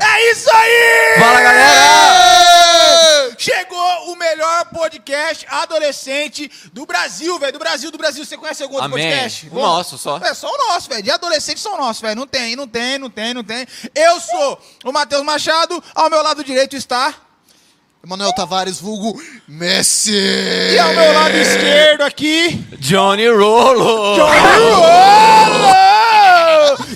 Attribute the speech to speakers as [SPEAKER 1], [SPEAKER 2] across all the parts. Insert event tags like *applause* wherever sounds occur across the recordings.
[SPEAKER 1] É isso aí!
[SPEAKER 2] Fala, galera!
[SPEAKER 1] Chegou o melhor podcast adolescente do Brasil, velho. Do Brasil, do Brasil. Você conhece algum outro
[SPEAKER 2] Amém.
[SPEAKER 1] podcast?
[SPEAKER 2] O nosso só.
[SPEAKER 1] É só o nosso, velho. De adolescente são nossos, velho. Não tem, não tem, não tem, não tem. Eu sou o Matheus Machado. Ao meu lado direito está...
[SPEAKER 3] Manuel Tavares, vulgo Messi.
[SPEAKER 1] E ao meu lado esquerdo aqui...
[SPEAKER 2] Johnny Rolo!
[SPEAKER 1] Johnny Rolo!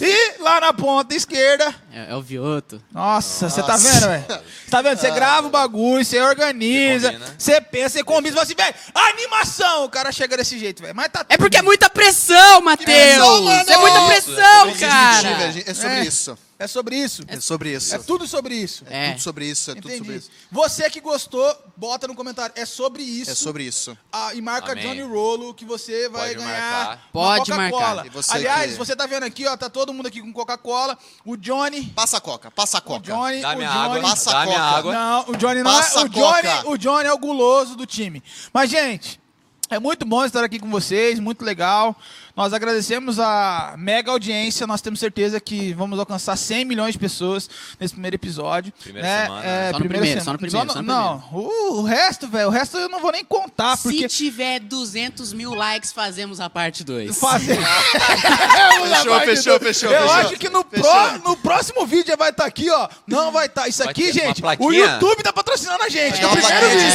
[SPEAKER 1] E lá na ponta esquerda...
[SPEAKER 4] É, é o Vioto.
[SPEAKER 1] Nossa, você tá vendo, velho? Você tá vendo? Você grava o bagulho, você organiza,
[SPEAKER 2] Ah. Você combina. né?
[SPEAKER 1] você pensa, você combina, você fala assim, velho, animação! O cara chega desse jeito, velho. Mas tá
[SPEAKER 4] É porque é muita pressão,
[SPEAKER 3] pressão,
[SPEAKER 4] Matheus!
[SPEAKER 3] mano!
[SPEAKER 4] É muita pressão,
[SPEAKER 3] Vamos desmentir,
[SPEAKER 4] cara!
[SPEAKER 3] velho. É sobre
[SPEAKER 1] É.
[SPEAKER 3] isso.
[SPEAKER 1] É sobre isso.
[SPEAKER 3] É sobre isso.
[SPEAKER 1] É tudo sobre isso.
[SPEAKER 4] É.
[SPEAKER 3] Tudo sobre isso, é tudo
[SPEAKER 1] Entendi.
[SPEAKER 3] sobre isso.
[SPEAKER 1] Você que gostou, bota no comentário. É sobre isso.
[SPEAKER 3] É sobre isso.
[SPEAKER 1] Ah, e marca
[SPEAKER 2] Amém.
[SPEAKER 1] Johnny Rolo que você vai
[SPEAKER 2] Pode
[SPEAKER 1] ganhar.
[SPEAKER 2] marcar.
[SPEAKER 1] uma
[SPEAKER 4] Pode
[SPEAKER 1] Coca-Cola.
[SPEAKER 4] marcar.
[SPEAKER 3] E você
[SPEAKER 1] Aliás,
[SPEAKER 3] que-
[SPEAKER 1] você tá vendo aqui, ó, tá todo mundo aqui com Coca-Cola. O Johnny,
[SPEAKER 3] Passa a coca, passa a
[SPEAKER 1] o
[SPEAKER 3] coca.
[SPEAKER 1] Johnny,
[SPEAKER 2] Dá
[SPEAKER 1] o
[SPEAKER 2] minha
[SPEAKER 1] Johnny.
[SPEAKER 2] água,
[SPEAKER 3] Passa
[SPEAKER 2] dá
[SPEAKER 3] a
[SPEAKER 2] minha
[SPEAKER 3] coca.
[SPEAKER 2] água.
[SPEAKER 1] Não, o Johnny não é.
[SPEAKER 3] Passa
[SPEAKER 1] O
[SPEAKER 3] a
[SPEAKER 1] Johnny,
[SPEAKER 3] Coca.
[SPEAKER 1] o Johnny é o guloso do time. Mas, gente, é muito bom estar aqui com vocês, muito legal. Nós agradecemos a mega audiência, nós temos certeza que vamos alcançar 100 milhões de pessoas nesse primeiro episódio.
[SPEAKER 2] Primeira
[SPEAKER 1] né? É,
[SPEAKER 2] semana, né?
[SPEAKER 4] Só no
[SPEAKER 1] primeira
[SPEAKER 4] primeiro,
[SPEAKER 1] sema-
[SPEAKER 4] só no primeiro, só no
[SPEAKER 1] Não, o, o resto, velho, o resto eu não vou nem contar, Ah, porque...
[SPEAKER 4] Se tiver 200 mil likes, fazemos a parte 2.
[SPEAKER 1] *laughs* Fazer. É,
[SPEAKER 3] Fechou, fechou, fechou,
[SPEAKER 1] Eu
[SPEAKER 3] fechou.
[SPEAKER 1] acho que no, pró- no próximo vídeo já vai estar aqui, ó. Não vai estar. Isso
[SPEAKER 2] Vai
[SPEAKER 1] aqui,
[SPEAKER 2] ter uma
[SPEAKER 1] gente, o
[SPEAKER 2] plaquinha.
[SPEAKER 1] YouTube tá patrocinando a gente. No
[SPEAKER 3] Dá uma
[SPEAKER 1] primeiro
[SPEAKER 3] plaquinha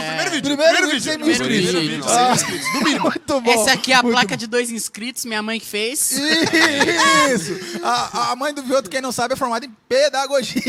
[SPEAKER 3] de
[SPEAKER 1] vídeo.
[SPEAKER 3] 100 mil
[SPEAKER 1] Tá.
[SPEAKER 3] inscritos no primeiro vídeo.
[SPEAKER 1] Primeiro vídeo, 100 mil
[SPEAKER 4] Primeiro
[SPEAKER 1] inscritos.
[SPEAKER 4] vídeo,
[SPEAKER 1] Ah, Muito bom.
[SPEAKER 4] Essa aqui é a
[SPEAKER 1] muito
[SPEAKER 4] placa de dois inscritos, minha mãe que fez.
[SPEAKER 1] Isso! A, a mãe do Vioto, quem não sabe, é formada em
[SPEAKER 2] *laughs*
[SPEAKER 1] pedagogia.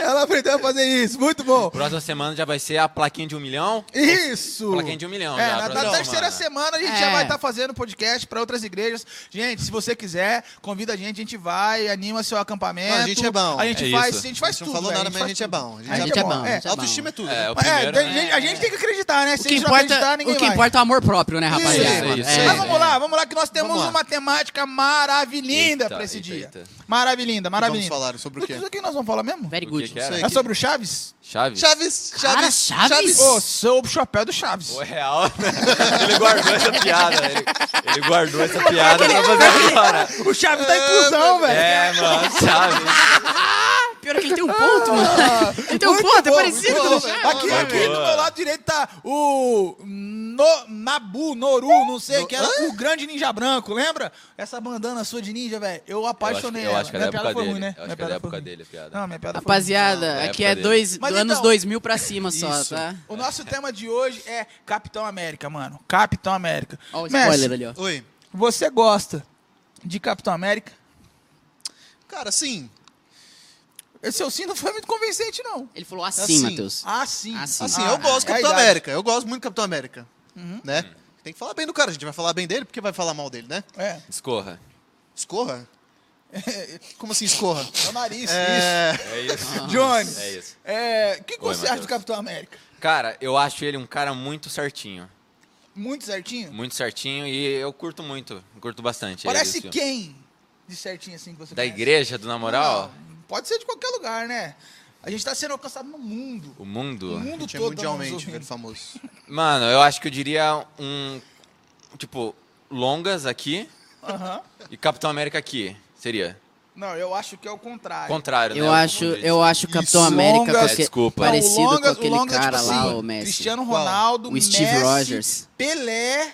[SPEAKER 1] Ela aprendeu a fazer isso. Muito bom.
[SPEAKER 2] Próxima semana já vai ser a plaquinha de um milhão.
[SPEAKER 1] Isso!
[SPEAKER 2] Plaquinha de um milhão
[SPEAKER 1] É,
[SPEAKER 2] já,
[SPEAKER 1] na, na
[SPEAKER 2] próxima
[SPEAKER 1] terceira semana a gente já
[SPEAKER 4] É.
[SPEAKER 1] vai estar fazendo podcast para outras igrejas. Gente, se você quiser, convida a gente, a gente vai, anima seu acampamento.
[SPEAKER 3] Não, a gente é bom.
[SPEAKER 1] A gente
[SPEAKER 2] É
[SPEAKER 1] faz,
[SPEAKER 2] isso.
[SPEAKER 1] a gente faz
[SPEAKER 3] A gente não
[SPEAKER 1] tudo.
[SPEAKER 3] falou
[SPEAKER 1] velho,
[SPEAKER 3] nada, mas a
[SPEAKER 1] faz
[SPEAKER 3] gente é
[SPEAKER 1] tudo.
[SPEAKER 3] bom, a gente
[SPEAKER 4] A gente é bom, a gente é bom.
[SPEAKER 3] Autoestima é tudo.
[SPEAKER 2] É, o
[SPEAKER 1] É,
[SPEAKER 2] primeiro,
[SPEAKER 1] tem-
[SPEAKER 2] né?
[SPEAKER 1] gente- a gente tem que acreditar, né? Se
[SPEAKER 4] O que
[SPEAKER 1] a gente não
[SPEAKER 4] importa,
[SPEAKER 1] acreditar, ninguém
[SPEAKER 4] o que
[SPEAKER 1] vai.
[SPEAKER 4] importa é o amor próprio, né, rapaziada?
[SPEAKER 2] Isso, isso,
[SPEAKER 4] É.
[SPEAKER 1] Mas
[SPEAKER 2] isso.
[SPEAKER 1] vamos lá, vamos lá, que nós temos
[SPEAKER 3] Vamos lá.
[SPEAKER 1] uma temática maravilhinda
[SPEAKER 2] Eita,
[SPEAKER 1] pra esse
[SPEAKER 2] eita,
[SPEAKER 1] dia.
[SPEAKER 2] eita.
[SPEAKER 1] Maravilhinda, maravilhinda.
[SPEAKER 3] Vamos falar sobre o quê?
[SPEAKER 1] O que nós vamos falar mesmo?
[SPEAKER 4] Very
[SPEAKER 2] O
[SPEAKER 4] good.
[SPEAKER 2] que que era?
[SPEAKER 3] Sei.
[SPEAKER 1] É sobre o Chaves?
[SPEAKER 2] Chaves?
[SPEAKER 3] Chaves,
[SPEAKER 4] Cara,
[SPEAKER 3] Chaves,
[SPEAKER 4] Chaves?
[SPEAKER 1] Ô, sobre o chapéu do Chaves.
[SPEAKER 2] Foi real, né? *laughs* Ele guardou essa piada. Ele, ele guardou
[SPEAKER 1] é
[SPEAKER 2] essa piada pra fazer agora.
[SPEAKER 1] O Chaves da inclusão, velho.
[SPEAKER 2] É, mano, Chaves.
[SPEAKER 4] Pior é que ele tem um ponto, mano. Ele tem um
[SPEAKER 1] Ah, Muito
[SPEAKER 4] ponto, é
[SPEAKER 1] bom,
[SPEAKER 4] parecido É.
[SPEAKER 1] muito
[SPEAKER 4] com
[SPEAKER 1] bom.
[SPEAKER 4] o Chaves.
[SPEAKER 1] Aqui,
[SPEAKER 2] Vai,
[SPEAKER 1] aqui
[SPEAKER 2] boa.
[SPEAKER 1] do meu lado direito tá o No- Nabu, Noru, não sei, que era o grande ninja branco, lembra? Essa bandana sua de ninja, velho. Eu apaixonei
[SPEAKER 2] Eu acho que é da
[SPEAKER 1] ela. minha piada
[SPEAKER 2] época
[SPEAKER 1] foi ruim,
[SPEAKER 2] dele.
[SPEAKER 1] né?
[SPEAKER 2] Eu
[SPEAKER 1] Minha
[SPEAKER 2] acho que é da
[SPEAKER 1] piada foi
[SPEAKER 2] época
[SPEAKER 1] ruim.
[SPEAKER 2] dele, a piada.
[SPEAKER 1] Não, minha piada foi ruim.
[SPEAKER 4] Rapaziada,
[SPEAKER 2] época
[SPEAKER 4] aqui é
[SPEAKER 2] dele.
[SPEAKER 4] dois,
[SPEAKER 1] Mas
[SPEAKER 4] do anos
[SPEAKER 1] então-
[SPEAKER 4] 2000 pra cima só,
[SPEAKER 1] Isso.
[SPEAKER 4] tá?
[SPEAKER 1] O nosso tema de hoje é Capitão América, mano. Capitão América.
[SPEAKER 4] Ó o
[SPEAKER 1] Messi,
[SPEAKER 4] spoiler ali, ó.
[SPEAKER 3] né? Oi.
[SPEAKER 1] Você gosta de Capitão América?
[SPEAKER 3] Cara, sim.
[SPEAKER 1] Esse seu sim não foi muito convincente, não.
[SPEAKER 4] Ele falou assim,
[SPEAKER 3] Assim.
[SPEAKER 4] Matheus.
[SPEAKER 1] Ah, sim.
[SPEAKER 4] Ah, sim.
[SPEAKER 3] Assim,
[SPEAKER 1] Ah,
[SPEAKER 3] eu gosto do
[SPEAKER 1] é Uhum. a
[SPEAKER 3] Capitão
[SPEAKER 1] idade.
[SPEAKER 3] América. Eu gosto muito do Capitão América. Né? Tem que falar bem do cara. A gente vai falar bem dele, porque vai falar mal dele, né?
[SPEAKER 1] É.
[SPEAKER 2] Escorra.
[SPEAKER 1] *laughs*
[SPEAKER 3] Escorra? Como assim escorra?
[SPEAKER 1] É o nariz,
[SPEAKER 3] É...
[SPEAKER 2] É isso.
[SPEAKER 1] *laughs* isso. Jones.
[SPEAKER 2] É isso.
[SPEAKER 1] É, o que, que
[SPEAKER 2] Oi,
[SPEAKER 1] você acha
[SPEAKER 2] Matheus.
[SPEAKER 1] do Capitão América?
[SPEAKER 2] Cara, eu acho ele um cara muito certinho.
[SPEAKER 1] Muito certinho?
[SPEAKER 2] Muito certinho e eu curto muito. Curto bastante.
[SPEAKER 1] Parece
[SPEAKER 2] ele, assim.
[SPEAKER 1] quem de certinho assim que você
[SPEAKER 2] Da
[SPEAKER 1] conhece?
[SPEAKER 2] igreja, do Namoral,
[SPEAKER 1] Não, pode ser de qualquer lugar, né? A gente tá sendo alcançado no mundo.
[SPEAKER 2] o mundo.
[SPEAKER 1] O mundo
[SPEAKER 3] Tinha
[SPEAKER 1] todo.
[SPEAKER 3] mundialmente,
[SPEAKER 1] tá
[SPEAKER 3] velho,
[SPEAKER 1] nos ouvindo.
[SPEAKER 3] famoso.
[SPEAKER 2] Mano, eu acho que eu diria um. Tipo, longas aqui
[SPEAKER 1] Aham.
[SPEAKER 2] e Capitão América aqui. Seria.
[SPEAKER 1] Não, eu acho que é o contrário.
[SPEAKER 2] Contrário, né?
[SPEAKER 4] Eu acho,
[SPEAKER 2] confundi.
[SPEAKER 4] eu acho o Capitão
[SPEAKER 3] Isso.
[SPEAKER 4] América
[SPEAKER 1] Longas-
[SPEAKER 4] com aque-
[SPEAKER 2] É, desculpa.
[SPEAKER 1] Não, o
[SPEAKER 4] parecido
[SPEAKER 1] Longas-
[SPEAKER 4] com aquele
[SPEAKER 1] o Longas é
[SPEAKER 4] cara
[SPEAKER 1] tipo
[SPEAKER 4] lá,
[SPEAKER 1] assim,
[SPEAKER 4] o Messi.
[SPEAKER 1] Cristiano
[SPEAKER 3] Qual?
[SPEAKER 1] Ronaldo,
[SPEAKER 4] O Steve
[SPEAKER 1] Messi,
[SPEAKER 4] Rogers.
[SPEAKER 1] Pelé,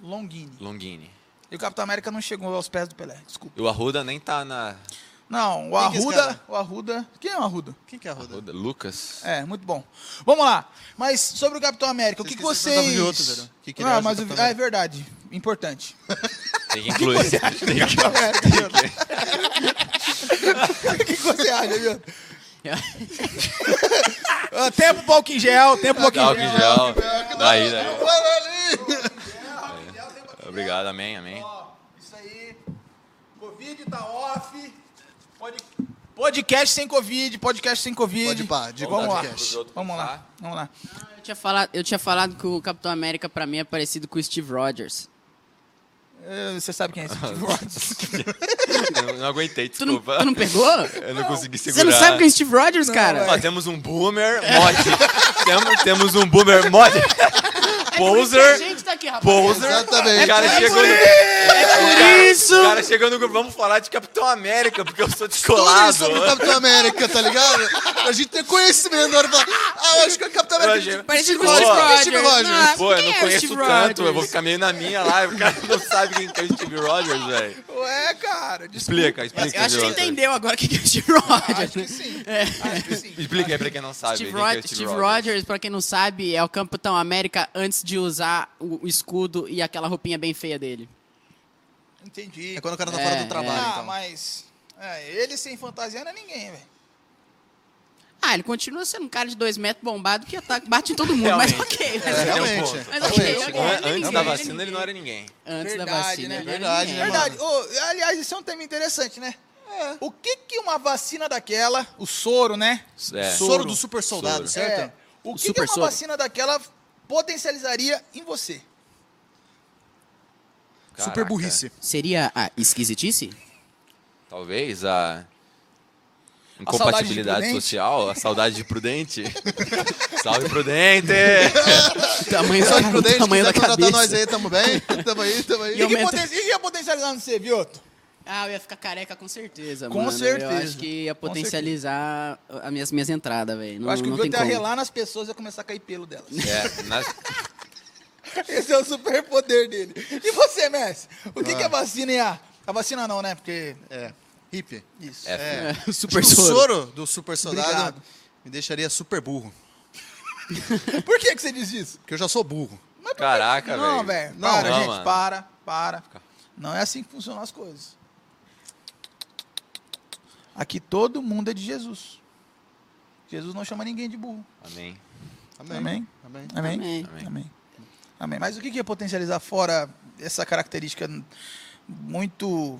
[SPEAKER 1] Longini.
[SPEAKER 2] Longini.
[SPEAKER 1] E o Capitão América não chegou aos pés do Pelé, desculpa.
[SPEAKER 2] E o Arruda nem tá na.
[SPEAKER 1] Não, o
[SPEAKER 3] Quem que é esse
[SPEAKER 1] Arruda,
[SPEAKER 3] cara?
[SPEAKER 1] o Arruda... Quem é o Arruda?
[SPEAKER 3] Quem que é a roda?
[SPEAKER 2] Arruda? Lucas?
[SPEAKER 1] É, muito bom. Vamos lá. Mas sobre o Capitão América, o que, que
[SPEAKER 3] Vocês
[SPEAKER 1] vocês...
[SPEAKER 3] esqueceram de perguntar pro Vioto, velho. O que que ele
[SPEAKER 1] não,
[SPEAKER 3] acha do
[SPEAKER 1] mas o...
[SPEAKER 3] Capitão
[SPEAKER 1] ah, é
[SPEAKER 3] América?
[SPEAKER 1] verdade. Importante.
[SPEAKER 2] Tem que incluir. *laughs* Tem que-
[SPEAKER 1] O que, que você é, né, acha,
[SPEAKER 3] *laughs*
[SPEAKER 1] Vioto? Ah, tempo pro álcool em gel, tempo pro álcool
[SPEAKER 2] Álcool
[SPEAKER 1] em
[SPEAKER 2] em
[SPEAKER 1] gel.
[SPEAKER 2] gel. Daí, daí. Obrigado, amém, amém.
[SPEAKER 1] Ó, Isso aí. Covid tá off. Pod- Podcast sem Covid, podcast sem Covid.
[SPEAKER 3] Pode pá, de
[SPEAKER 1] vamos lá.
[SPEAKER 3] podcast.
[SPEAKER 1] Vamos lá, vamos lá.
[SPEAKER 4] Eu tinha, falado, eu tinha falado que o Capitão América, pra mim, é parecido com o Steve Rogers.
[SPEAKER 1] Eh, Você sabe quem é esse Steve Rogers?
[SPEAKER 2] Eu não aguentei,
[SPEAKER 4] Tu não,
[SPEAKER 2] desculpa.
[SPEAKER 4] tu não pegou?
[SPEAKER 2] Eu não consegui segurar.
[SPEAKER 4] Você não sabe quem é Steve Rogers, cara?
[SPEAKER 2] Ó, temos um boomer mod. temos, temos um boomer mod.
[SPEAKER 4] Por isso é que
[SPEAKER 2] Poser.
[SPEAKER 4] A gente tá aqui, rapaz.
[SPEAKER 2] Poser.
[SPEAKER 3] Exatamente.
[SPEAKER 2] O cara
[SPEAKER 3] É
[SPEAKER 2] chegou.
[SPEAKER 4] por
[SPEAKER 2] no-
[SPEAKER 4] isso- é por por isso!
[SPEAKER 2] O cara chegando no grupo, vamos falar de Capitão América, porque eu
[SPEAKER 4] *laughs*
[SPEAKER 2] sou
[SPEAKER 3] Tudo
[SPEAKER 2] descolado.
[SPEAKER 3] isso sobre o Capitão América, tá ligado? Pra gente ter conhecimento na hora de falar, ah, eu acho que o Capitão
[SPEAKER 2] Eu
[SPEAKER 3] América...
[SPEAKER 2] achei-
[SPEAKER 4] Parecido com o
[SPEAKER 2] Pô,
[SPEAKER 4] Steve
[SPEAKER 3] Rogers.
[SPEAKER 4] Rogers.
[SPEAKER 3] Steve Rogers.
[SPEAKER 4] Nossa,
[SPEAKER 2] Pô, eu
[SPEAKER 4] quem
[SPEAKER 2] não
[SPEAKER 4] é o
[SPEAKER 2] conheço
[SPEAKER 4] Steve
[SPEAKER 2] tanto, eu
[SPEAKER 4] Rogers?
[SPEAKER 2] vou ficar meio na minha lá, o cara não sabe quem que é o Steve Rogers, velho.
[SPEAKER 1] Ué, cara, desculpa.
[SPEAKER 2] Explica, explica.
[SPEAKER 4] Eu acho que
[SPEAKER 2] Jota.
[SPEAKER 4] entendeu agora o que que é o Steve Rogers.
[SPEAKER 1] Acho que sim. Acho que sim.
[SPEAKER 2] Explica aí pra quem não sabe.
[SPEAKER 4] Steve,
[SPEAKER 2] quem que é o
[SPEAKER 4] Rod- Steve Rogers, pra quem não sabe, é o Capitão América antes de usar o, o escudo e aquela roupinha bem feia dele.
[SPEAKER 1] Entendi.
[SPEAKER 3] É quando o cara tá fora
[SPEAKER 4] É,
[SPEAKER 3] do trabalho,
[SPEAKER 1] Ah,
[SPEAKER 3] então.
[SPEAKER 1] mas. É, ele sem fantasia não é ninguém, velho.
[SPEAKER 4] Ah, ele continua sendo um cara de dois metros bombado que ataca, bate em todo mundo, mas
[SPEAKER 2] Realmente.
[SPEAKER 4] ok. né?
[SPEAKER 3] É,
[SPEAKER 4] Mas
[SPEAKER 2] Tem um
[SPEAKER 3] realmente.
[SPEAKER 2] ponto.
[SPEAKER 3] é.
[SPEAKER 4] Mas
[SPEAKER 3] Realmente.
[SPEAKER 2] An-
[SPEAKER 4] ok, ok. Ele é
[SPEAKER 2] Antes
[SPEAKER 4] ninguém,
[SPEAKER 2] da
[SPEAKER 4] ele é
[SPEAKER 2] vacina ele não era ninguém.
[SPEAKER 4] Antes da
[SPEAKER 1] Verdade,
[SPEAKER 4] vacina.
[SPEAKER 1] né?
[SPEAKER 4] ele era
[SPEAKER 3] Verdade,
[SPEAKER 4] ninguém.
[SPEAKER 3] né, mano?
[SPEAKER 1] Verdade. Ô, aliás, isso é um tema interessante, né? O que que uma vacina daquela, o soro, né?
[SPEAKER 2] É.
[SPEAKER 3] Soro do super soldado,
[SPEAKER 2] Soro.
[SPEAKER 1] É,
[SPEAKER 3] certo?
[SPEAKER 1] o
[SPEAKER 4] O
[SPEAKER 1] que, que
[SPEAKER 4] super
[SPEAKER 1] uma
[SPEAKER 4] soro.
[SPEAKER 1] vacina daquela potencializaria em você?
[SPEAKER 2] Caraca.
[SPEAKER 3] Super burrice.
[SPEAKER 4] Seria a esquisitice?
[SPEAKER 2] Talvez a
[SPEAKER 1] saudade de
[SPEAKER 2] incompatibilidade
[SPEAKER 1] Prudente?
[SPEAKER 2] social, a saudade de Prudente. *laughs* Salve, Prudente!
[SPEAKER 4] Tamanho,
[SPEAKER 3] Saúde prudente,
[SPEAKER 4] tamanho da
[SPEAKER 3] quiser
[SPEAKER 4] cabeça.
[SPEAKER 3] contratar nós aí, tamo bem? Tamo aí, tamo aí.
[SPEAKER 1] E o que
[SPEAKER 4] aumenta-
[SPEAKER 1] poten- e que ia potencializar no você, Vioto?
[SPEAKER 4] Ah, eu ia ficar careca com certeza,
[SPEAKER 1] Com
[SPEAKER 4] mano. Eu
[SPEAKER 1] certeza.
[SPEAKER 4] acho que ia
[SPEAKER 1] Com
[SPEAKER 4] potencializar as minhas, minhas entradas, velho.
[SPEAKER 1] Eu
[SPEAKER 4] Não,
[SPEAKER 1] acho que o
[SPEAKER 4] não
[SPEAKER 1] Vioto
[SPEAKER 4] tem
[SPEAKER 1] ia
[SPEAKER 4] como. *laughs*
[SPEAKER 1] relar nas pessoas e ia começar a cair pelo delas. *laughs*
[SPEAKER 2] É, nas-
[SPEAKER 1] Esse é o superpoder dele. E você, Messi? O que, que
[SPEAKER 4] Ah.
[SPEAKER 1] a vacina ia... A vacina não, né? Porque...
[SPEAKER 3] É, hippie.
[SPEAKER 1] Isso.
[SPEAKER 2] é,
[SPEAKER 3] É.
[SPEAKER 4] É, super
[SPEAKER 3] o soro.
[SPEAKER 4] soro.
[SPEAKER 3] do super soldado
[SPEAKER 1] Obrigado.
[SPEAKER 3] me deixaria super burro.
[SPEAKER 1] Por que, que você diz isso?
[SPEAKER 3] Porque eu já sou burro.
[SPEAKER 1] Mas por que-
[SPEAKER 2] Caraca,
[SPEAKER 1] Não,
[SPEAKER 2] velho.
[SPEAKER 1] velho.
[SPEAKER 2] Não,
[SPEAKER 1] Para,
[SPEAKER 2] não,
[SPEAKER 1] gente.
[SPEAKER 2] mano.
[SPEAKER 1] Para, para. Não é assim que funcionam as coisas. Aqui todo mundo é de Jesus. Jesus não chama ninguém de burro.
[SPEAKER 2] Amém.
[SPEAKER 3] Amém.
[SPEAKER 1] Amém.
[SPEAKER 3] Amém.
[SPEAKER 1] Amém?
[SPEAKER 4] Amém.
[SPEAKER 1] Amém. Amém. Mas o que que ia potencializar fora essa característica muito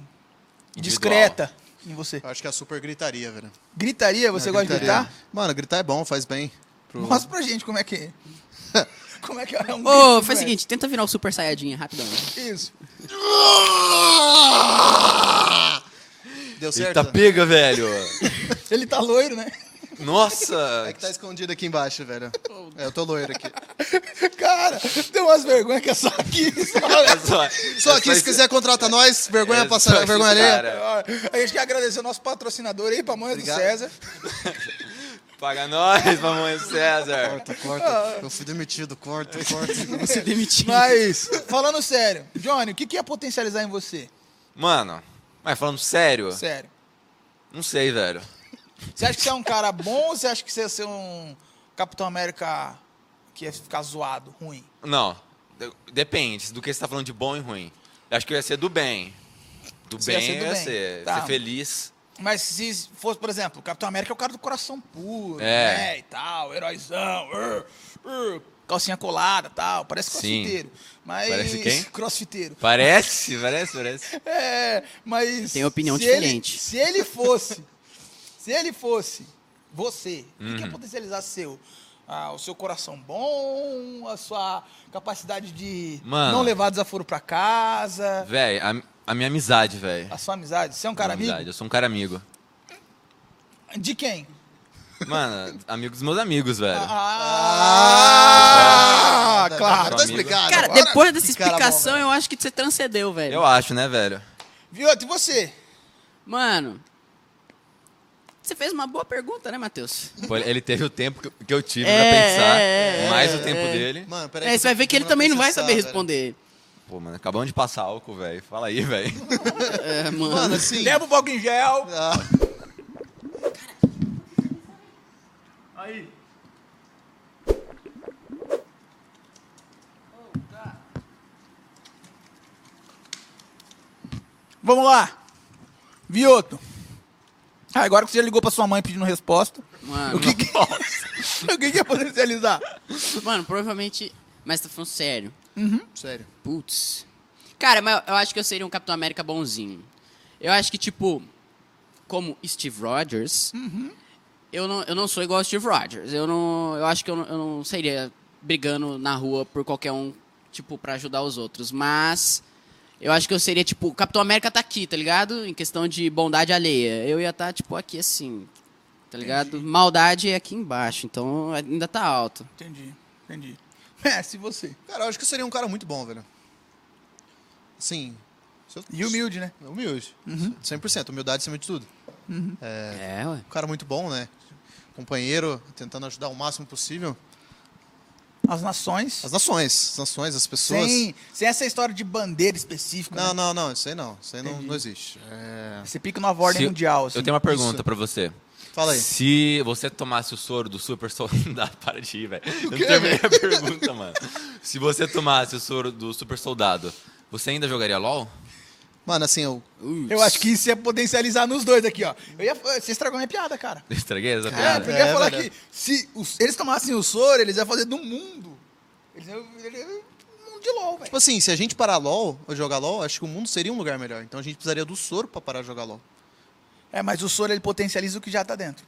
[SPEAKER 1] discreta em você?
[SPEAKER 3] Eu acho que é a super gritaria, velho.
[SPEAKER 1] Gritaria? Você
[SPEAKER 3] Ah,
[SPEAKER 1] gosta
[SPEAKER 3] gritaria.
[SPEAKER 1] de gritar?
[SPEAKER 3] Mano, gritar é bom, faz bem. Pro...
[SPEAKER 1] Mostra pra gente como é que *laughs* como é que é um grito,
[SPEAKER 4] Ô, faz o
[SPEAKER 1] velho.
[SPEAKER 4] seguinte, tenta virar o Super Saiyajin rapidão.
[SPEAKER 1] Isso.
[SPEAKER 3] Deu certo?
[SPEAKER 2] Eita pega, velho!
[SPEAKER 1] Ele tá loiro, né? *laughs*
[SPEAKER 2] Nossa!
[SPEAKER 3] É que tá escondido aqui embaixo, velho. É, eu tô loiro aqui.
[SPEAKER 1] Cara, tem umas vergonhas que é só aqui. Só,
[SPEAKER 2] É só,
[SPEAKER 3] Só
[SPEAKER 2] é
[SPEAKER 3] que se
[SPEAKER 2] esse-
[SPEAKER 3] quiser contratar nós, vergonha
[SPEAKER 2] é só
[SPEAKER 3] passar,
[SPEAKER 2] esse
[SPEAKER 3] vergonha alheia.
[SPEAKER 2] cara.
[SPEAKER 1] *laughs* A gente quer agradecer o nosso patrocinador aí, Pamonha
[SPEAKER 3] Obrigado.
[SPEAKER 1] do César.
[SPEAKER 2] Paga nós, mamãe César!
[SPEAKER 3] Corta, corta. Eu fui demitido, corta, corta.
[SPEAKER 4] Você demitido.
[SPEAKER 1] Mas, falando sério, Johnny, o que, que ia potencializar em você?
[SPEAKER 2] Mano, mas falando sério,
[SPEAKER 1] Sério.
[SPEAKER 2] não sei, velho.
[SPEAKER 1] Você acha que você é um cara bom ou você acha que você ia ser um Capitão América que ia ficar zoado, ruim?
[SPEAKER 2] Não, de- depende do que você tá falando de bom e ruim. Eu acho que eu ia ser do bem. Do
[SPEAKER 1] Você ia
[SPEAKER 2] bem
[SPEAKER 1] ser do
[SPEAKER 2] eu ia
[SPEAKER 1] bem.
[SPEAKER 2] ser.
[SPEAKER 1] Tá.
[SPEAKER 2] Ser feliz.
[SPEAKER 1] Mas se fosse, por exemplo, o Capitão América é o cara do coração puro,
[SPEAKER 2] É.
[SPEAKER 1] né, e tal, heróizão, ur, ur, calcinha colada, tal, parece
[SPEAKER 2] Sim.
[SPEAKER 1] crossfiteiro. Mas
[SPEAKER 2] Parece quem?
[SPEAKER 1] Crossfiteiro.
[SPEAKER 2] Parece, parece, parece.
[SPEAKER 1] É, mas
[SPEAKER 4] Tem opinião
[SPEAKER 1] se ele-
[SPEAKER 4] diferente.
[SPEAKER 1] se ele fosse, se ele fosse você, o
[SPEAKER 3] Uhum.
[SPEAKER 1] que que ia potencializar seu? Ah, o seu coração bom, a sua capacidade de
[SPEAKER 2] Mano.
[SPEAKER 1] não levar desaforo pra casa,
[SPEAKER 2] Véi, a, a minha amizade, véi.
[SPEAKER 1] a sua amizade. Você é um
[SPEAKER 2] Minha
[SPEAKER 1] cara amigo?
[SPEAKER 2] amizade, Eu sou um cara amigo.
[SPEAKER 1] De quem?
[SPEAKER 2] Mano, amigo dos meus amigos, velho.
[SPEAKER 1] Ah, claro.
[SPEAKER 3] Tá explicado.
[SPEAKER 4] Cara,
[SPEAKER 3] Agora
[SPEAKER 4] depois dessa
[SPEAKER 3] que cara bom,
[SPEAKER 4] explicação, eu acho que você transcendeu, velho.
[SPEAKER 2] Eu acho, né, velho?
[SPEAKER 1] Vioto, e você?
[SPEAKER 4] Mano, você fez uma boa pergunta, né, Matheus?
[SPEAKER 2] Pô, Ele teve o tempo que eu- que eu tive
[SPEAKER 4] É,
[SPEAKER 2] pra pensar,
[SPEAKER 4] é, é,
[SPEAKER 2] mais
[SPEAKER 4] é,
[SPEAKER 2] o tempo
[SPEAKER 4] é.
[SPEAKER 2] dele.
[SPEAKER 3] Mano, peraí.
[SPEAKER 4] É, você vai ver que ele também não vai saber responder.
[SPEAKER 2] Pô, mano, acabamos de passar álcool, velho. Fala aí,
[SPEAKER 3] *laughs*
[SPEAKER 2] velho.
[SPEAKER 4] É, mano.
[SPEAKER 3] Mano, assim.
[SPEAKER 1] Leva *laughs* o balcão em gel.
[SPEAKER 3] Ah,
[SPEAKER 1] Vamos lá. Vioto. Ah, agora que você já ligou pra sua mãe pedindo resposta,
[SPEAKER 4] Mano,
[SPEAKER 1] o que que... o que que ia potencializar?
[SPEAKER 4] mano, provavelmente... Mas tá falando sério.
[SPEAKER 3] sério.
[SPEAKER 4] Putz. Cara, mas eu acho que eu seria um Capitão América bonzinho. Eu acho que, tipo, como Steve Rogers,
[SPEAKER 1] Uhum.
[SPEAKER 4] eu, não, eu não sou igual ao Steve Rogers. Eu, não, eu acho que eu não, eu não seria brigando na rua por qualquer um, tipo, pra ajudar os outros. Mas eu acho que eu seria, tipo, o Capitão América tá aqui, tá ligado? Em questão de bondade alheia. Eu ia estar, tipo, aqui assim, tá ligado? Maldade é aqui embaixo, então ainda tá alto.
[SPEAKER 1] Entendi, entendi. *laughs* É, se você.
[SPEAKER 3] Cara, eu acho que eu seria um cara muito bom, velho. Assim, Seu-
[SPEAKER 1] E humilde, né?
[SPEAKER 3] Humilde.
[SPEAKER 4] Uhum.
[SPEAKER 3] 100%. Humildade acima de tudo.
[SPEAKER 4] É, ué.
[SPEAKER 3] Um cara muito bom, né? Companheiro, tentando ajudar o máximo possível.
[SPEAKER 1] As nações.
[SPEAKER 3] As nações, as nações, as pessoas.
[SPEAKER 1] Sem, sem essa história de bandeira específica.
[SPEAKER 3] Não,
[SPEAKER 1] né?
[SPEAKER 3] não, não, isso aí não. Isso aí não, não existe. É,
[SPEAKER 1] Você pica numa ordem
[SPEAKER 2] Se-
[SPEAKER 1] mundial. assim.
[SPEAKER 2] Eu tenho uma pergunta
[SPEAKER 3] Isso.
[SPEAKER 2] pra você.
[SPEAKER 3] Fala aí.
[SPEAKER 2] Se você tomasse o soro do super *laughs* soldado... Para de rir, velho. Eu
[SPEAKER 3] quê,
[SPEAKER 2] terminei a pergunta, mano. Se você tomasse o soro do super soldado, você ainda jogaria LOL? *laughs*
[SPEAKER 3] Mano, assim, eu.
[SPEAKER 1] Eu acho que isso ia potencializar nos dois aqui, ó. Eu ia, você estragou minha piada, cara.
[SPEAKER 2] Estraguei essa
[SPEAKER 1] É,
[SPEAKER 2] piada?
[SPEAKER 1] porque eu ia
[SPEAKER 3] é
[SPEAKER 1] falar
[SPEAKER 3] verdade.
[SPEAKER 1] que se os- eles tomassem o soro, eles iam fazer do mundo. Eles iam. Ele, ia- um mundo de LOL, velho.
[SPEAKER 3] Tipo assim, se a gente parar LOL, ou jogar LOL, acho que o mundo seria um lugar melhor. Então a gente precisaria do soro pra parar de jogar LOL.
[SPEAKER 1] É, mas o soro ele potencializa o que já tá dentro.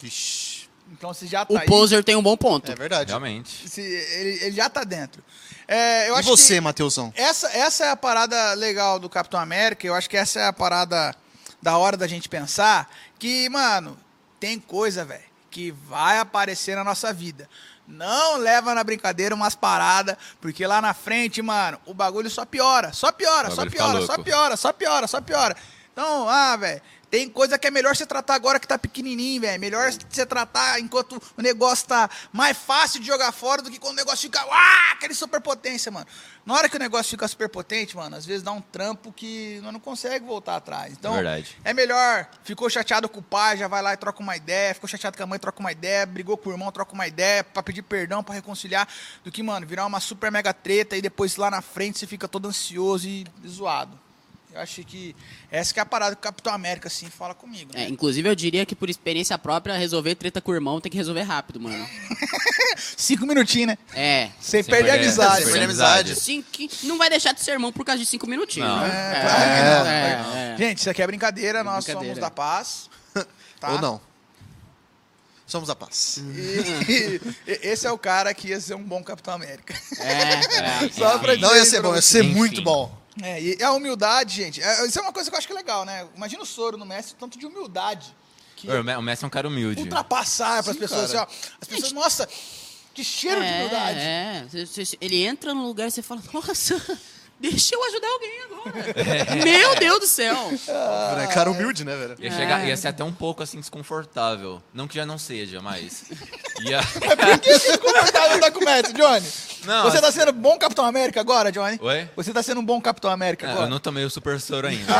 [SPEAKER 3] Vixe.
[SPEAKER 1] Então você já tá
[SPEAKER 4] O
[SPEAKER 1] aí.
[SPEAKER 4] poser tem um bom ponto.
[SPEAKER 3] É verdade.
[SPEAKER 2] Realmente.
[SPEAKER 1] se- ele, ele já tá dentro. É, eu
[SPEAKER 3] E
[SPEAKER 1] acho
[SPEAKER 3] você,
[SPEAKER 1] que
[SPEAKER 3] Matheusão?
[SPEAKER 1] essa, essa é a parada legal do Capitão América. Eu acho que essa é a parada da hora da gente pensar que, mano, tem coisa, velho, que vai aparecer na nossa vida. Não leva na brincadeira umas paradas, porque lá na frente, mano, o bagulho só piora, só piora,
[SPEAKER 2] O
[SPEAKER 1] só
[SPEAKER 2] bagulho fica
[SPEAKER 1] piora, só
[SPEAKER 2] louco.
[SPEAKER 1] piora, só piora, só piora. Então, ah, velho, tem coisa que é melhor você tratar agora que tá pequenininho, velho. Melhor você tratar enquanto o negócio tá mais fácil de jogar fora do que quando o negócio fica, ah, aquele superpotência, mano. Na hora que o negócio fica superpotente, mano, às vezes dá um trampo que nós não consegue voltar atrás. Então,
[SPEAKER 2] Verdade.
[SPEAKER 1] é melhor, ficou chateado com o pai, já vai lá e troca uma ideia, ficou chateado com a mãe, troca uma ideia, brigou com o irmão, troca uma ideia, pra pedir perdão, pra reconciliar, do que, mano, virar uma super mega treta e depois lá na frente você fica todo ansioso e zoado. Eu acho que essa que é a parada que o Capitão América, assim, fala comigo. né?
[SPEAKER 4] É, inclusive, eu diria que por experiência própria, resolver treta com o irmão tem que resolver rápido, mano.
[SPEAKER 1] Cinco minutinhos, né?
[SPEAKER 4] É.
[SPEAKER 1] Sem
[SPEAKER 2] Sem
[SPEAKER 1] perder a
[SPEAKER 2] perder-
[SPEAKER 1] amizade. né?
[SPEAKER 2] sem
[SPEAKER 3] perder a amizade.
[SPEAKER 4] Cinco, não vai deixar de ser irmão por causa de cinco minutinhos.
[SPEAKER 2] Não.
[SPEAKER 4] né?
[SPEAKER 1] É,
[SPEAKER 4] É,
[SPEAKER 1] claro que não.
[SPEAKER 4] é,
[SPEAKER 1] Claro que não.
[SPEAKER 4] é.
[SPEAKER 1] Gente, isso aqui é brincadeira, nós somos
[SPEAKER 4] brincadeira.
[SPEAKER 1] da paz. tá?
[SPEAKER 3] *laughs* Ou não? Somos a paz.
[SPEAKER 1] E, *laughs* e- esse é o cara que ia ser um bom Capitão América.
[SPEAKER 4] É, é.
[SPEAKER 1] Só pra
[SPEAKER 3] Não ia ser bom, ia ser
[SPEAKER 2] Enfim.
[SPEAKER 3] muito bom.
[SPEAKER 1] É, e a humildade, gente, é, isso é uma coisa que eu acho que é legal, né? Imagina o soro no Messi, o tanto de humildade que
[SPEAKER 2] Ô, O Messi é um cara humilde. *laughs*
[SPEAKER 1] ultrapassar pras
[SPEAKER 3] Sim,
[SPEAKER 1] pessoas
[SPEAKER 3] cara.
[SPEAKER 1] assim, ó. As pessoas, nossa, que cheiro de
[SPEAKER 4] É,
[SPEAKER 1] humildade.
[SPEAKER 4] é. Cê- cê- cê- Ele entra no lugar e você fala, nossa, deixa eu ajudar alguém agora.
[SPEAKER 2] É.
[SPEAKER 1] É.
[SPEAKER 4] Meu Deus do céu.
[SPEAKER 3] Cara, é cara humilde, né, velho?
[SPEAKER 2] Ia, chegar, ia ser até um pouco assim desconfortável. Não que já não seja, mas. Ia...
[SPEAKER 1] Por que você confortável andar tá com o Messi, Johnny?
[SPEAKER 2] Não,
[SPEAKER 1] Você tá sendo um bom Capitão América agora, Johnny?
[SPEAKER 2] Oi?
[SPEAKER 1] Você tá sendo um bom Capitão América
[SPEAKER 2] É,
[SPEAKER 1] agora?
[SPEAKER 2] eu não tomei o super soro ainda. *laughs*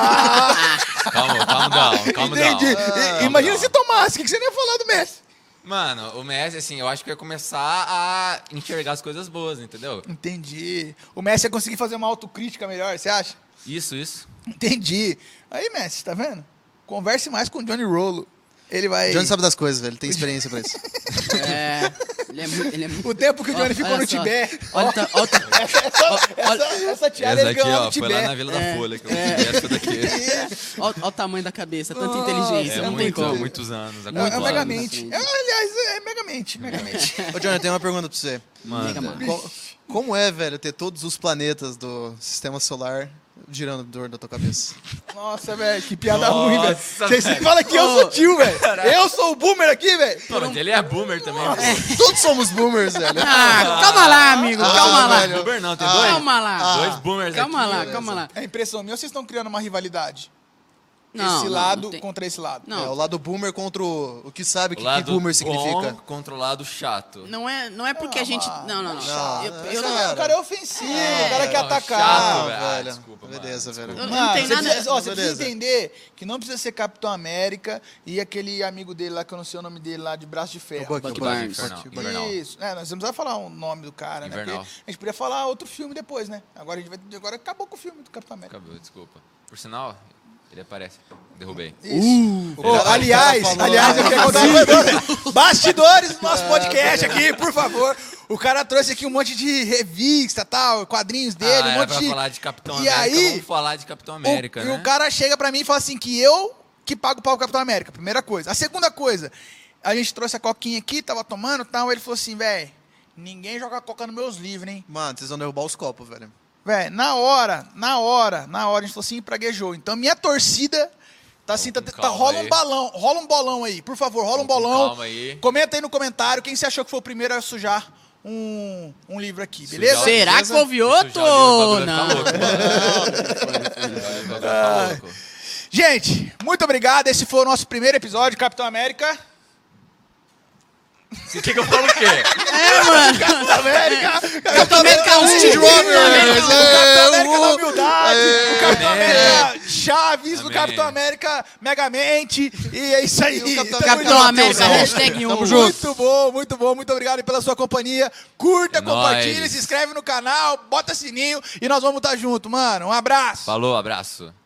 [SPEAKER 2] calma, calma down, calma
[SPEAKER 1] Entendi.
[SPEAKER 2] down.
[SPEAKER 1] E-
[SPEAKER 2] Calma
[SPEAKER 1] Imagina
[SPEAKER 2] down.
[SPEAKER 1] se tomasse, o que que você nem ia falar do Messi?
[SPEAKER 2] Mano, o Messi, assim, eu acho que eu ia começar a enxergar as coisas boas, entendeu?
[SPEAKER 1] Entendi. O Messi ia conseguir fazer uma autocrítica melhor, você acha?
[SPEAKER 2] Isso, isso.
[SPEAKER 1] Entendi. Aí, Messi, tá vendo? Converse mais com o Johnny Rolo. Ele vai.
[SPEAKER 3] Johnny sabe das coisas, velho. Tem experiência *laughs* pra isso.
[SPEAKER 4] É, ele é muito. Ele é muito...
[SPEAKER 1] O tempo que o Johnny
[SPEAKER 4] Ó,
[SPEAKER 1] ficou
[SPEAKER 4] olha
[SPEAKER 1] no
[SPEAKER 4] só.
[SPEAKER 1] Tibete.
[SPEAKER 4] Olha, o ta- olha o ta-
[SPEAKER 1] Essa, essa, essa tiara
[SPEAKER 2] Essa
[SPEAKER 1] ele
[SPEAKER 2] aqui,
[SPEAKER 1] ganhou
[SPEAKER 2] ó,
[SPEAKER 1] no
[SPEAKER 2] foi lá na
[SPEAKER 1] Tibete.
[SPEAKER 2] Vila da Folha que eu é. essa daqui.
[SPEAKER 4] olha- olha o tamanho da cabeça, tanta
[SPEAKER 1] Nossa,
[SPEAKER 4] inteligência.
[SPEAKER 2] É,
[SPEAKER 4] não tem
[SPEAKER 2] muito,
[SPEAKER 4] como.
[SPEAKER 2] muitos anos.
[SPEAKER 1] É, é
[SPEAKER 2] acumulados.
[SPEAKER 1] Megamente. É, aliás, é Megamente. Megamente.
[SPEAKER 3] Ô, Johnny, eu tenho uma pergunta pra você.
[SPEAKER 4] Mega
[SPEAKER 2] Mano,
[SPEAKER 4] mano.
[SPEAKER 3] Co- Como é, velho, ter todos os planetas do sistema solar girando em torno da tua cabeça?
[SPEAKER 1] Nossa, velho, que piada
[SPEAKER 2] Nossa,
[SPEAKER 1] ruim, velho. Vocês
[SPEAKER 2] velho.
[SPEAKER 1] falam que eu sou tio, velho. Eu sou o boomer aqui, velho.
[SPEAKER 2] Pô, mas ele é boomer também. pô.
[SPEAKER 3] *laughs* Todos somos boomers, velho.
[SPEAKER 4] Ah, calma lá, amigo, calma lá.
[SPEAKER 3] velho.
[SPEAKER 2] Boomer não, tem
[SPEAKER 3] Ah.
[SPEAKER 2] Ah, dois?
[SPEAKER 4] Calma lá.
[SPEAKER 2] Dois boomers
[SPEAKER 4] Calma
[SPEAKER 2] aqui.
[SPEAKER 4] lá, calma lá.
[SPEAKER 1] É impressão minha ou vocês estão criando uma rivalidade?
[SPEAKER 4] Não,
[SPEAKER 1] esse
[SPEAKER 4] não,
[SPEAKER 1] lado
[SPEAKER 4] não tem-
[SPEAKER 1] contra esse lado.
[SPEAKER 4] Não.
[SPEAKER 3] É o lado boomer contra o, o que sabe o que,
[SPEAKER 2] O
[SPEAKER 3] que
[SPEAKER 2] lado bom
[SPEAKER 3] boomer significa.
[SPEAKER 2] contra o lado chato.
[SPEAKER 4] Não é, não é porque a gente. Não, é não, não.
[SPEAKER 3] Não,
[SPEAKER 4] Eu,
[SPEAKER 3] não,
[SPEAKER 4] eu
[SPEAKER 1] Esse
[SPEAKER 4] não-
[SPEAKER 1] cara- o cara é ofensivo, o cara quer
[SPEAKER 2] não,
[SPEAKER 1] atacar.
[SPEAKER 2] chato,
[SPEAKER 3] Ah,
[SPEAKER 2] velho. Ah,
[SPEAKER 3] velho.
[SPEAKER 2] desculpa, mano,
[SPEAKER 3] Beleza, velho.
[SPEAKER 4] Eu-
[SPEAKER 1] Mano,
[SPEAKER 4] tem
[SPEAKER 1] você,
[SPEAKER 4] nada-
[SPEAKER 1] precisa, ó, você precisa
[SPEAKER 3] Beleza.
[SPEAKER 1] entender que não precisa ser Capitão América e aquele amigo dele lá, que eu não sei o nome dele lá, de braço de ferro.
[SPEAKER 3] Bucky,
[SPEAKER 4] Bucky
[SPEAKER 3] Bucky,
[SPEAKER 4] Barnes.
[SPEAKER 3] Bucky,
[SPEAKER 2] Infernal.
[SPEAKER 3] Bucky.
[SPEAKER 2] Invernal.
[SPEAKER 1] Isso. É, nós vamos lá falar o nome do cara, né?
[SPEAKER 2] Invernal.
[SPEAKER 1] Porque a gente podia falar outro filme depois, né? Agora a gente vai. Agora acabou com o filme do Capitão América.
[SPEAKER 2] Acabou, desculpa. Por sinal, ele aparece. Derrubei. Uh,
[SPEAKER 1] Isso. Ô,
[SPEAKER 3] cara- o cara
[SPEAKER 1] aliás,
[SPEAKER 3] falou-
[SPEAKER 1] aliás, eu quero contar uma coisa. Bastidores do nosso podcast aqui, por favor. O cara trouxe aqui um monte de revista, tal, quadrinhos dele,
[SPEAKER 2] ah,
[SPEAKER 1] um
[SPEAKER 2] era
[SPEAKER 1] monte
[SPEAKER 2] pra
[SPEAKER 1] de.
[SPEAKER 2] falar de Capitão
[SPEAKER 1] E
[SPEAKER 2] América.
[SPEAKER 1] aí,
[SPEAKER 2] Vamos falar de Capitão
[SPEAKER 1] O-
[SPEAKER 2] América,
[SPEAKER 1] e
[SPEAKER 2] né?
[SPEAKER 1] o cara chega pra mim e fala assim que eu que pago o pau pro Capitão América, primeira coisa. A segunda coisa, a gente trouxe a coquinha aqui, tava tomando e tal, ele falou assim, velho, ninguém joga coca nos meus livros, hein?
[SPEAKER 3] Mano, vocês vão derrubar os copos, velho.
[SPEAKER 1] Velho, na hora, na hora, na hora, a gente falou assim, praguejou. Então minha torcida tá assim, tá,
[SPEAKER 2] com
[SPEAKER 1] tá-
[SPEAKER 2] calma
[SPEAKER 1] rola um
[SPEAKER 2] aí.
[SPEAKER 1] balão, rola um bolão aí, por favor, rola um
[SPEAKER 2] Vamos com
[SPEAKER 1] bolão.
[SPEAKER 2] calma aí.
[SPEAKER 1] Comenta aí no comentário quem você achou que foi o primeiro a sujar um, um livro aqui, beleza?
[SPEAKER 2] Sim.
[SPEAKER 4] Será que
[SPEAKER 2] beleza?
[SPEAKER 4] foi o Vioto?
[SPEAKER 2] Isso já deu, o bagulho vai
[SPEAKER 4] Não.
[SPEAKER 1] *laughs*
[SPEAKER 2] ficar louco, mano. Vai, vai ficar
[SPEAKER 1] Ah.
[SPEAKER 2] louco.
[SPEAKER 1] Gente, muito obrigado. Esse foi o nosso primeiro episódio de Capitão
[SPEAKER 4] *laughs*
[SPEAKER 1] América.
[SPEAKER 2] O que que eu falo o quê?
[SPEAKER 4] É, mano. Capitão América. Capitão América é um Steve
[SPEAKER 3] Rogers.
[SPEAKER 1] O Capitão
[SPEAKER 2] É
[SPEAKER 1] América
[SPEAKER 2] um
[SPEAKER 1] da
[SPEAKER 3] o-
[SPEAKER 1] humildade, o Capitão
[SPEAKER 2] Amém.
[SPEAKER 1] América Chaves, o
[SPEAKER 2] Amém.
[SPEAKER 1] Capitão América Megamente. E é isso aí.
[SPEAKER 3] E o Capitão
[SPEAKER 1] Tamo
[SPEAKER 4] Capitão
[SPEAKER 1] junto.
[SPEAKER 4] América, hashtag 1.
[SPEAKER 3] Tamo junto.
[SPEAKER 1] Muito bom, muito bom, muito obrigado pela sua companhia. Curta,
[SPEAKER 2] É
[SPEAKER 1] compartilha,
[SPEAKER 2] nóis.
[SPEAKER 1] se inscreve no canal, bota sininho e nós vamos estar junto, mano. Um abraço.
[SPEAKER 2] Falou, abraço.